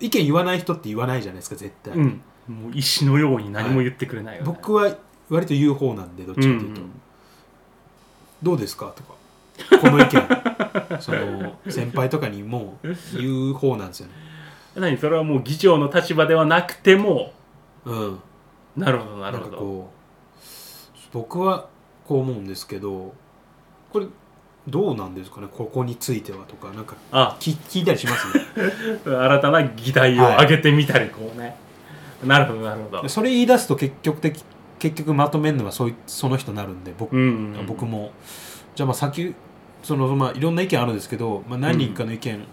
S1: 意見言わない人って言わないじゃないですか絶対、
S2: うんもう石のように何も言ってくれないよね
S1: 僕は割と言う方なんでどっちかというと、
S2: うんうん
S1: どうですかとかこの意見その先輩とかにもう言う方なんですよね
S2: 何それはもう議長の立場ではなくても
S1: うん
S2: なるほどなる
S1: なん
S2: ほ
S1: か
S2: ど
S1: こう僕はこう思うんですけどこれどうなんですかねここについてはとかなんか
S2: あ
S1: 聞聞いたりしますね
S2: 新たな議題を上げてみたりこうね、なるほどなるほど
S1: でそれ言い出すと結局的結局まとめるのはそういその人になるんで僕,、
S2: うん、うん、
S1: 僕もじゃあまあ先そのまあいろんな意見あるんですけど、まあ、何人かの意見、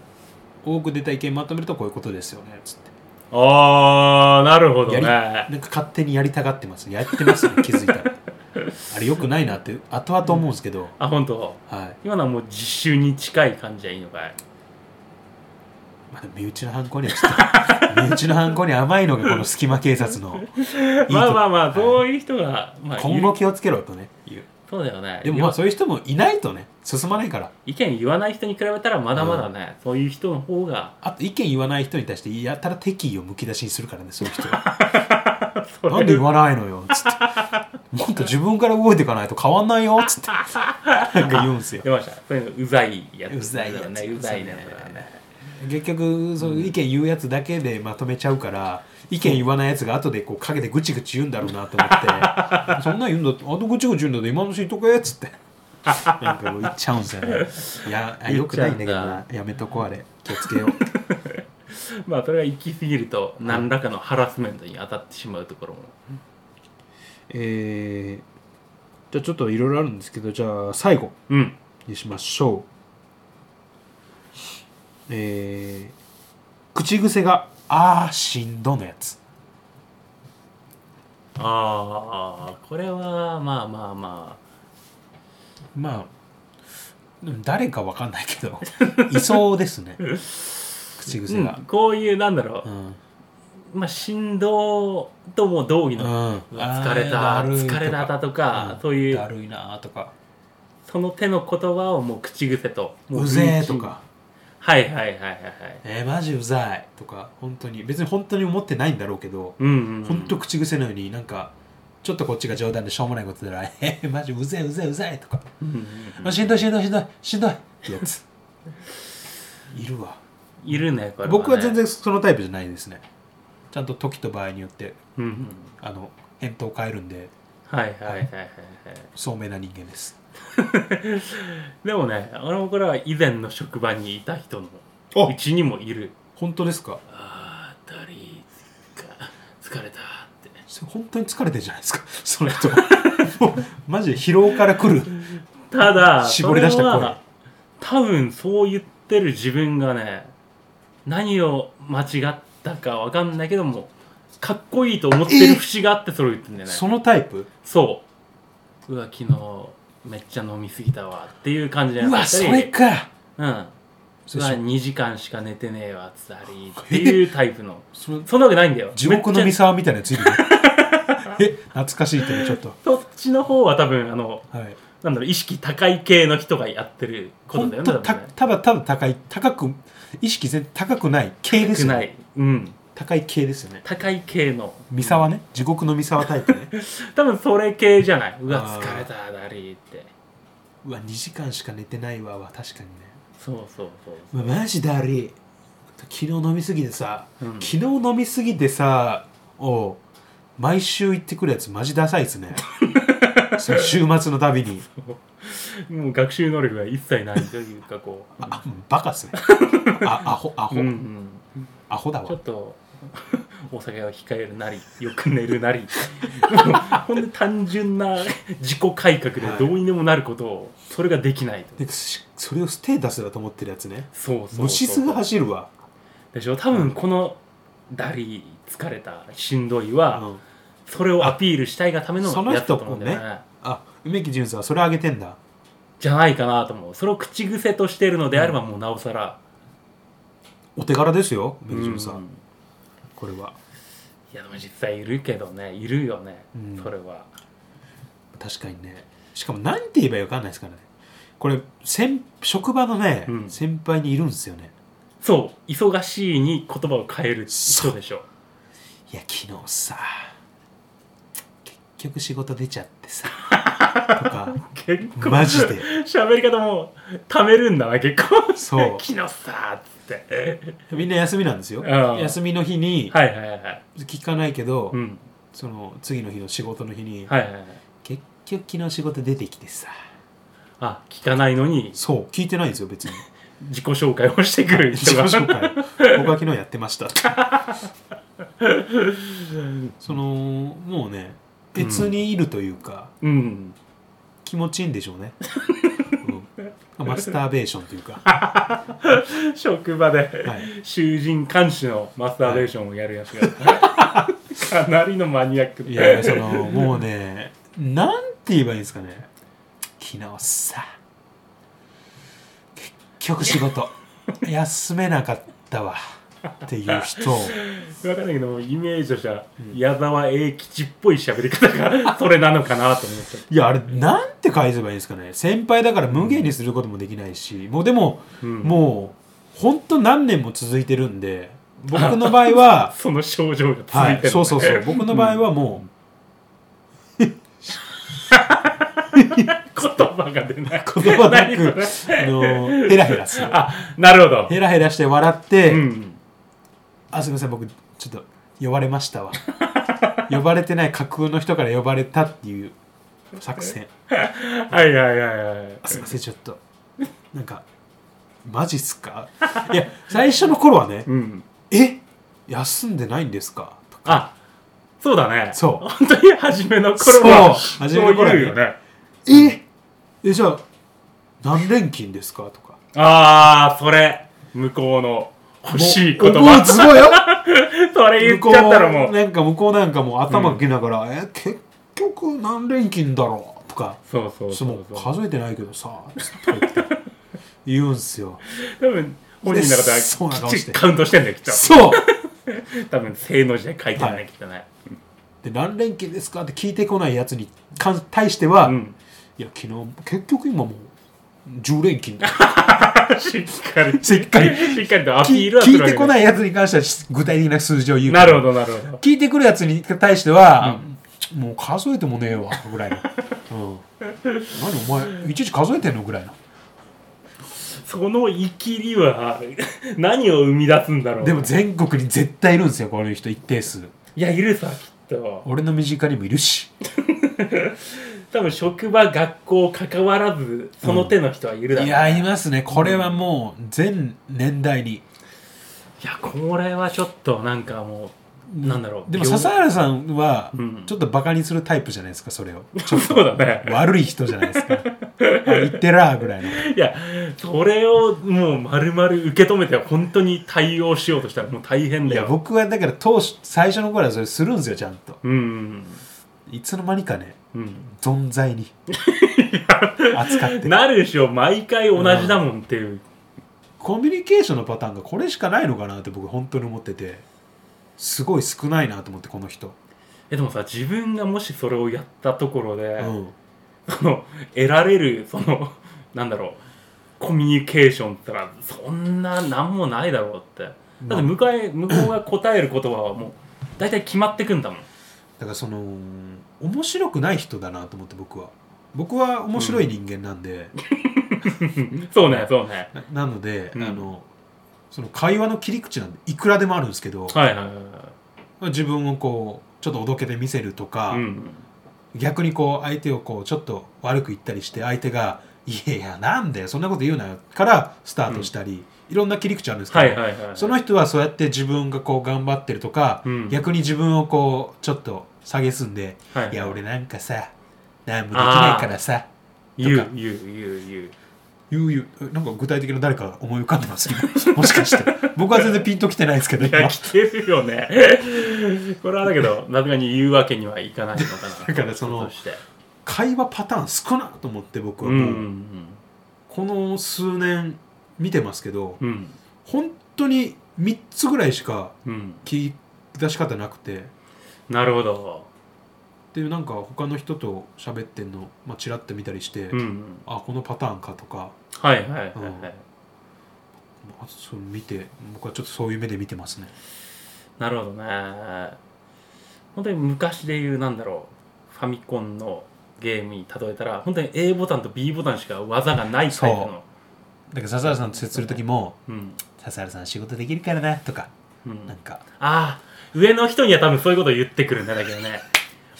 S1: 多く出た意見まとめるとこういうことですよねつって
S2: ああなるほど
S1: や
S2: ね
S1: なんか勝手にやりたがってますやってますね気づいたら あれよくないなって後々思うんですけど、
S2: あ本当
S1: はい
S2: 今のはもう実習に近い感じはいいのかい
S1: まあ、でも身内の犯行にはちょっと 身内の犯行に甘いのがこの隙間警察のいいとこ
S2: まあまあまあ
S1: は
S2: そういう人が、
S1: い
S2: まあ、いる
S1: 今後気をつけろとね言う
S2: そうだよね
S1: でもまあそういう人もいないとね進まないから
S2: 意見言わない人に比べたらまだまだね、そういう人の方が
S1: あと意見言わない人に対してやたら敵意をむき出しにするからねそういう人は
S2: それ
S1: なんで言わないのよつってもっと自分から動いていかないと変わんないよつってなんか言うんですよ
S2: 出ましたそういうのうざいやつ
S1: うざいやつ
S2: ねうざいね
S1: そうね
S2: それはね
S1: 結局そう意見言うやつだけでまとめちゃうから、意見言わないやつが後でこう陰でぐちぐち言うんだろうなと思って そんなん言うんだってあとぐちぐち言うんだって今のうちに言っとけっつって なんかもう言っちゃうんですよねいやあよくないんだけど
S2: 言っちゃ
S1: なやめとこうあれ気をつけよう
S2: まあそれが行き過ぎると何らかのハラスメントに当たってしまうところも、
S1: えー、じゃあちょっといろいろあるんですけどじゃあ最後
S2: うん
S1: にしましょうえー、口癖が「あーしんど」のやつ
S2: ああこれはまあまあま
S1: まあうん誰かわかんないけ どいそうですね口
S2: あ、
S1: 癖が
S2: うん、こういうなんだろ
S1: う
S2: う、
S1: ん、
S2: まあ振動とも同義の、うわ疲れた疲れただとか、そう
S1: う
S2: い
S1: ん
S2: う
S1: だるいなとか
S2: その手の言葉をもう口癖とも
S1: うぜえと
S2: 雰囲
S1: か
S2: 気はいはいはいはいはい
S1: えー、マジうざいとか本当に別に本当に思ってないんだろうけど、
S2: うんうんうん、
S1: 本当口癖のようになんかちょっとこっちが冗談でしょうもないことでら 「えー、マジうぜえうぜえうぜえ」とか、
S2: うんうん
S1: あしんどいしんどいしんどいしんどい」ってや ついるわ
S2: うんいるねこれね
S1: 僕は全、然そのタイプじゃないですねちゃんと時と場合によって
S2: うんうん、
S1: あの返答を変えるんで
S2: はいはいはいはいはい
S1: 聡明な人間です
S2: でもねあのこれは以前の職場にいた人の
S1: あ
S2: うちにもいる
S1: 本当ですか
S2: あーだりーつか疲れたって
S1: それ本当に疲れてるじゃないですか その人もうマジで疲労からくる
S2: ただ
S1: 絞り出した声
S2: それは多分そう言ってる自分がね何を間違ったかわかんないけどもかっこいいと思ってる節があってそれを言ってんだよね
S1: そのタイプ
S2: そううわ昨日めっちゃ飲みすぎたわっていう感じじ
S1: う
S2: ゃなか
S1: わ
S2: った
S1: そ
S2: り
S1: れか
S2: うんうわ
S1: それそ
S2: 2時間しか寝てねえわつありっていうタイプの
S1: その
S2: そんなわけないんだよ
S1: 地獄の三
S2: めっち
S1: 沢みたいなやつ いるよえ懐かしいけどちょっと
S2: ゃそっちの方は多分あの
S1: はい
S2: なんだろう意識高い系の人がやってること
S1: 本
S2: だよね
S1: 当
S2: 多
S1: た
S2: 分ね
S1: ただただ高い高く意識全然高くない系です
S2: 少
S1: よ
S2: な
S1: ね
S2: い、うん、
S1: 高い系ですよね
S2: 高い系の
S1: 三沢ね地獄の三沢タイプね
S2: 多分それ系じゃないう
S1: あー
S2: わ疲れただりーって
S1: うわ2時間しか寝てないわは確かにね
S2: そうそうそう
S1: まあマジだり昨日飲みすぎてさ、
S2: うん
S1: 昨日飲みすぎてさを毎週言ってくるやつマジダサいっ すねその週末のたびに
S2: もう学習能力が一切ないというかこう
S1: あバカっすねあアホアホ、
S2: うんうん
S1: アホだわ
S2: ちょっと お酒を控えるなりよく寝るなり ほんで単純な自己改革でどうにでもなることをそれができないと
S1: でしそれをステータスだと思ってるやつね
S2: そうそうそう
S1: 虫すぐ走るわ、
S2: でしょ多分この「だりー疲れたしんどいは」
S1: うん
S2: それをアピールしたいがための
S1: その
S2: やつ
S1: 人
S2: だと思
S1: も
S2: うんだよ
S1: ね
S2: ね
S1: あ梅木純さんはそれあげてんだ
S2: じゃないかなと思うそれを口癖としているのであればもうなおさら、
S1: お手柄ですよ梅木
S2: うん
S1: 純さん、これはい
S2: やでも実際いるけどねいるよね、
S1: うん
S2: それは
S1: 確かにねしかも何て言えばいいか分かんないですからねこれ先職場のね、
S2: うん
S1: 先輩にいるんですよね
S2: そう忙しいに言葉を変える人でしょ
S1: いや昨日 さ結局仕事出ちゃってさとか
S2: 結構
S1: マジで
S2: 喋り方もためるんだな結構
S1: そう
S2: 気のさーっつって
S1: みんな休みなんですよ
S2: うん
S1: 休みの日に
S2: はいはいはいはい
S1: 聞かないけど、
S2: うん
S1: その次の日の仕事の日に、
S2: はいはいはい
S1: 結局昨日仕事出てきてさ
S2: あ聞かないのに
S1: そう聞いてないんですよ別に
S2: 自己紹介をしてくる
S1: 自
S2: 人
S1: 己
S2: が
S1: 紹介僕は昨日やってま したそのもうね別にいるというか、
S2: うん
S1: 気持ちいいんでしょう ね、うんマスターベーションというか、は
S2: 職場で
S1: い、
S2: 囚人監視のマスターベーションをやるやつがかなりのマニアックで
S1: いやそのもうねなんて言えばいいんですかね昨日さ結局仕事休めなかったわっていう人
S2: 分かんないけどイメージとしては矢沢永吉っぽい喋り方がそれなのかなと思っちゃっ
S1: いやあれなんて返せばいいんですかね先輩だから無限にすることもできないしもうでも、
S2: た、うん
S1: もうほんと何年も続いてるんで僕の場合は
S2: その症状 が続いてる、
S1: はい、そうそう そう僕の場合はも
S2: 言葉が出 ない。
S1: う言葉なく
S2: 何それ
S1: あのヘラヘラする
S2: あ、なるほど。
S1: ヘラヘラして笑って、
S2: うん。
S1: あすみません僕ちょっと呼ばれましたわ呼ばれてない架空の人から呼ばれたっていう作戦
S2: はいはいはいはい。
S1: あすみませんちょっとなんかマジっすかいや最初の頃はね
S2: うん。
S1: 「え休んでないんですか?」とか
S2: あ、そうだね。
S1: そう
S2: 本当に初めの頃は、
S1: そう初めの頃は
S2: そう
S1: ね
S2: 言うよね。
S1: 「ええじゃあ何連勤ですか?」とか
S2: あー、それ。向こうの欲しい言
S1: もう思う
S2: 葉。
S1: つぼよ
S2: それ 言っちゃったらも
S1: 向こ
S2: う。
S1: なんか向こうなんかもう頭かけながら「え結局何連勤だろう?」とか
S2: そうそう
S1: そ
S2: そううそう。
S1: 数えてないけどさ」とか言って言うんすよ
S2: 多分、本人の中
S1: でそうな
S2: で
S1: 顔
S2: は
S1: して
S2: きっちりカウントしてんだよ、きっと。
S1: そう
S2: 多分、正の字で書いてんだ
S1: は
S2: よ、きっとね。
S1: で何連勤ですかって聞いてこないやつにかん対しては、
S2: う
S1: い
S2: ん。
S1: や昨日結局今もう10連勤だ
S2: しっかり。
S1: しっかり。
S2: しっかりとアピ
S1: 聞
S2: ールはす
S1: 聞
S2: る
S1: いてこ
S2: い。
S1: ないやつに関してはし具体的な数字を言う
S2: なるほ
S1: ど
S2: ど、なるほど。
S1: 聞いてくるやつに対しては、もう数えてもねえわぐらいの、うん、何お前いちいち数えてんのぐらいの
S2: そのいきりは何を生み出すんだろう
S1: でも全国に絶対いるんですよこういう人一定数
S2: いやいるさきっと
S1: 俺の身近にもいるし
S2: 多分職場学校関わらずその手の人はいるだろう、
S1: いやいますねこれはもう全年代に
S2: いやこれはちょっとなんかもうなんだろう
S1: でも
S2: 業
S1: 笹原さんは
S2: うん
S1: ちょっとバカにするタイプじゃないですかそれをちょっと
S2: そうだね
S1: 悪い人じゃないですか。言ってらーぐらいの。
S2: いやそれをもう丸々受け止めて本当に対応しようとしたらもう大変
S1: い
S2: だ
S1: や、
S2: よ
S1: 僕はだから当初、最初の頃はそれするんですよ、ちゃんと。
S2: うん
S1: いつの間にかね、
S2: うん
S1: 存在に扱って。
S2: なるでしょ毎回同じだもんっていう、
S1: コミュニケーションのパターンがこれしかないのかなって僕、本当に思ってて、すごい少ないなと思って、この人。
S2: えでもさ自分がもしそれをやったところで、
S1: うん。
S2: その得られるそのなんだろうコミュニケーションって言ったらそんな何もないだろうってだって向かい向こうが答える言葉はもう大体決まってくんだもん
S1: だからその、面白くない人だなと思って、僕は。僕は面白い人間なんで、
S2: そうねそうね
S1: ななので、
S2: うん
S1: あの、その会話の切り口なんていくらでもあるんですけど、
S2: はいはいはいは
S1: 自分をこうちょっとおどけて見せるとか、
S2: いうん
S1: 逆にこう相手をこうちょっと悪く言ったりして相手が「いやいやなんでそんなこと言うなよ」からスタートしたり、いろんな切り口あるんですけど、
S2: はいはいはい
S1: その人はそうやって自分がこう頑張ってるとか、
S2: うん
S1: 逆に自分をこうちょっと下げすんで「
S2: はいはい
S1: いや俺なんかさ何もできないからさ
S2: 言
S1: とか
S2: う言う言う言う」
S1: 言う言うえなんか具体的な誰か思い浮かんでます今 もしかして僕は全然ピンときてないですけど
S2: いや
S1: 今
S2: 来てるよね これはだけどさすがに言うわけにはいかないのかな
S1: だからその
S2: として
S1: 会話パターン少なと思って僕
S2: う
S1: は
S2: んう
S1: もう。
S2: ん
S1: この数年見てますけど
S2: うん
S1: 本当に3つぐらいしか
S2: うん
S1: 聞き出し方なくて
S2: なるほど
S1: でなんか他の人と喋ってんの、まあ、チラッと見たりして、
S2: うんうん
S1: あこのパターンかとか
S2: はいはいはい
S1: う
S2: は
S1: ん
S2: い
S1: まあそう見て僕はちょっとそういう目で見てますね
S2: なるほどね。本当に昔で言う、なんだろう、ファミコンのゲームに例えたら本当に A ボタンと B ボタンしか技がないタイプの
S1: だから笹原さんと接する時も
S2: う、ん
S1: 「笹原さん仕事できるからな」とか
S2: うん、
S1: なん
S2: あ
S1: か
S2: あー上の人には多分そういうことを言ってくるんだけどね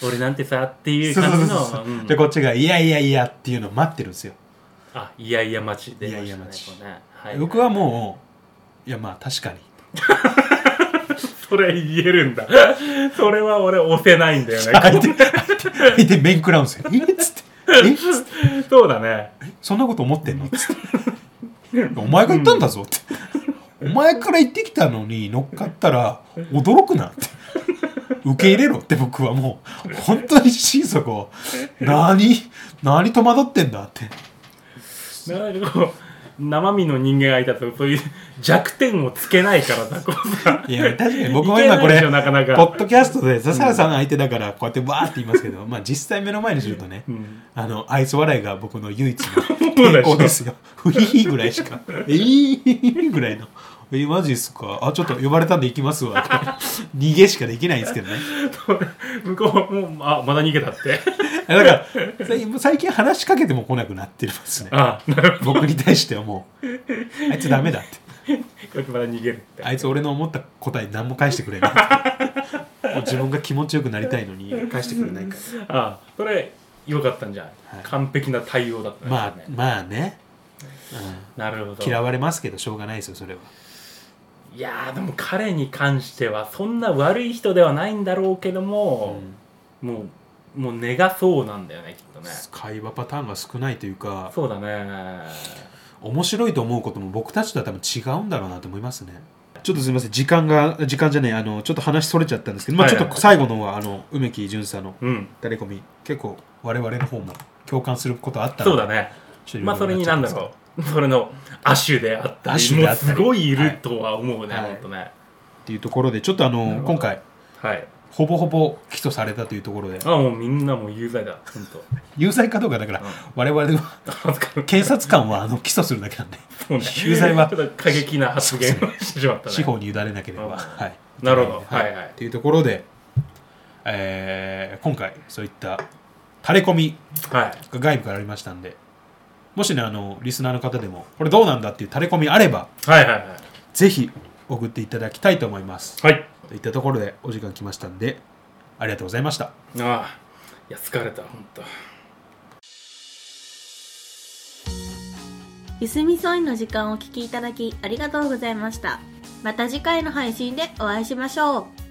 S2: 俺なんてさっていう
S1: そう
S2: 感
S1: そう
S2: じ
S1: そ
S2: の
S1: うそう
S2: うん
S1: でこっちが「いやいやいや」っていうのを待ってるんですよ、
S2: あいやいや待ち出ましたね
S1: いやいや待ち
S2: これねは
S1: 僕はもういやまあ確かに
S2: それ言えるんだそれは俺押せないんだ よ
S1: 相手
S2: ね
S1: 相手面食らうんですよ「えっ?」つって「えっ?」つって
S2: そうだね
S1: 「そんなこと思ってんの?」つって「お前が言ったんだぞ」って「お前から言ってきたのに乗っかったら驚くな」って「受け入れろ」って僕はもう本当に心底何何戸惑ってんだって
S2: なんかこう生身の人間がいたとそういう弱点をつけないからさ こうさ
S1: いや確かに僕も今こ
S2: い
S1: れ
S2: けないでしょなかなか
S1: ポッドキャストで笹原さん相手だからこうやってわーって言いますけど、まあ実際目の前にするとね、
S2: うん
S1: あの愛想笑いが僕の唯一 の
S2: う
S1: 抵
S2: でしょ
S1: 抗ですよ。フヒヒぐらいしか。えーぐらいの。えマジっすかあちょっと呼ばれたんで行きますわ 逃げしかできないんですけどね
S2: 向こうもうあまだ逃げたって
S1: だから最近最近話しかけても来なくなってますね
S2: あなるほ
S1: 僕に対してはもうあいつダメだって
S2: どまだ逃げるって
S1: あいつ俺の思った答え何も返してくれ ないもう自分が気持ちよくなりたいのに返してくれないから
S2: あそれよかったんじゃん、
S1: はい
S2: 完璧な対応だったね
S1: まあまあね、
S2: なるほど
S1: うん嫌われますけどしょうがないですよそれはい
S2: やーでも彼に関してはそんな悪い人ではないんだろうけども、もうもう根がそうなんだよねきっとね
S1: 会話パターンが少ないというか
S2: そうだね
S1: 面白いと思うことも僕たちとは多分違うんだろうなと思いますねちょっとすみません時間が時間じゃないあのちょっと話それちゃったんですけど、まあ、
S2: は
S1: ち
S2: いはい
S1: ょっと最後のはあの梅木淳さんの
S2: うん
S1: タレコミ結構我々の方も共感することあったの
S2: そ
S1: で
S2: うだね
S1: ちょっといろいろ
S2: まあそれになんだろうそれの亜種であった
S1: 亜
S2: り
S1: 種であったり
S2: もうすごいいるとは思うね、
S1: はい
S2: ほんとね
S1: っていうところでちょっとあ
S2: なる
S1: の
S2: ほど
S1: 今回
S2: はい
S1: ほぼほぼ起訴されたというところで
S2: あもうみんなもう有罪だほんと
S1: 有罪かどうかだから我々は警察官はあの起訴するだけなんで
S2: そうね
S1: 有罪は
S2: ちょっと過激な発言をしてしまったね
S1: 司法に委ねなければ、
S2: うん
S1: はい、
S2: なるほどはいはい
S1: というところで、えー今回そういった垂れ込み
S2: はい
S1: が外部からありましたんでもしねあのリスナーの方でもこれどうなんだっていう垂れ込みあれば
S2: はいはいはい
S1: ぜひ送っていただきたいと思います、
S2: はい
S1: といったところでお時間来ましたんでありがとうございました
S2: ああいや疲れたほんと
S3: ゆすみそいの時間をお聞きいただきありがとうございましたまた次回の配信でお会いしましょう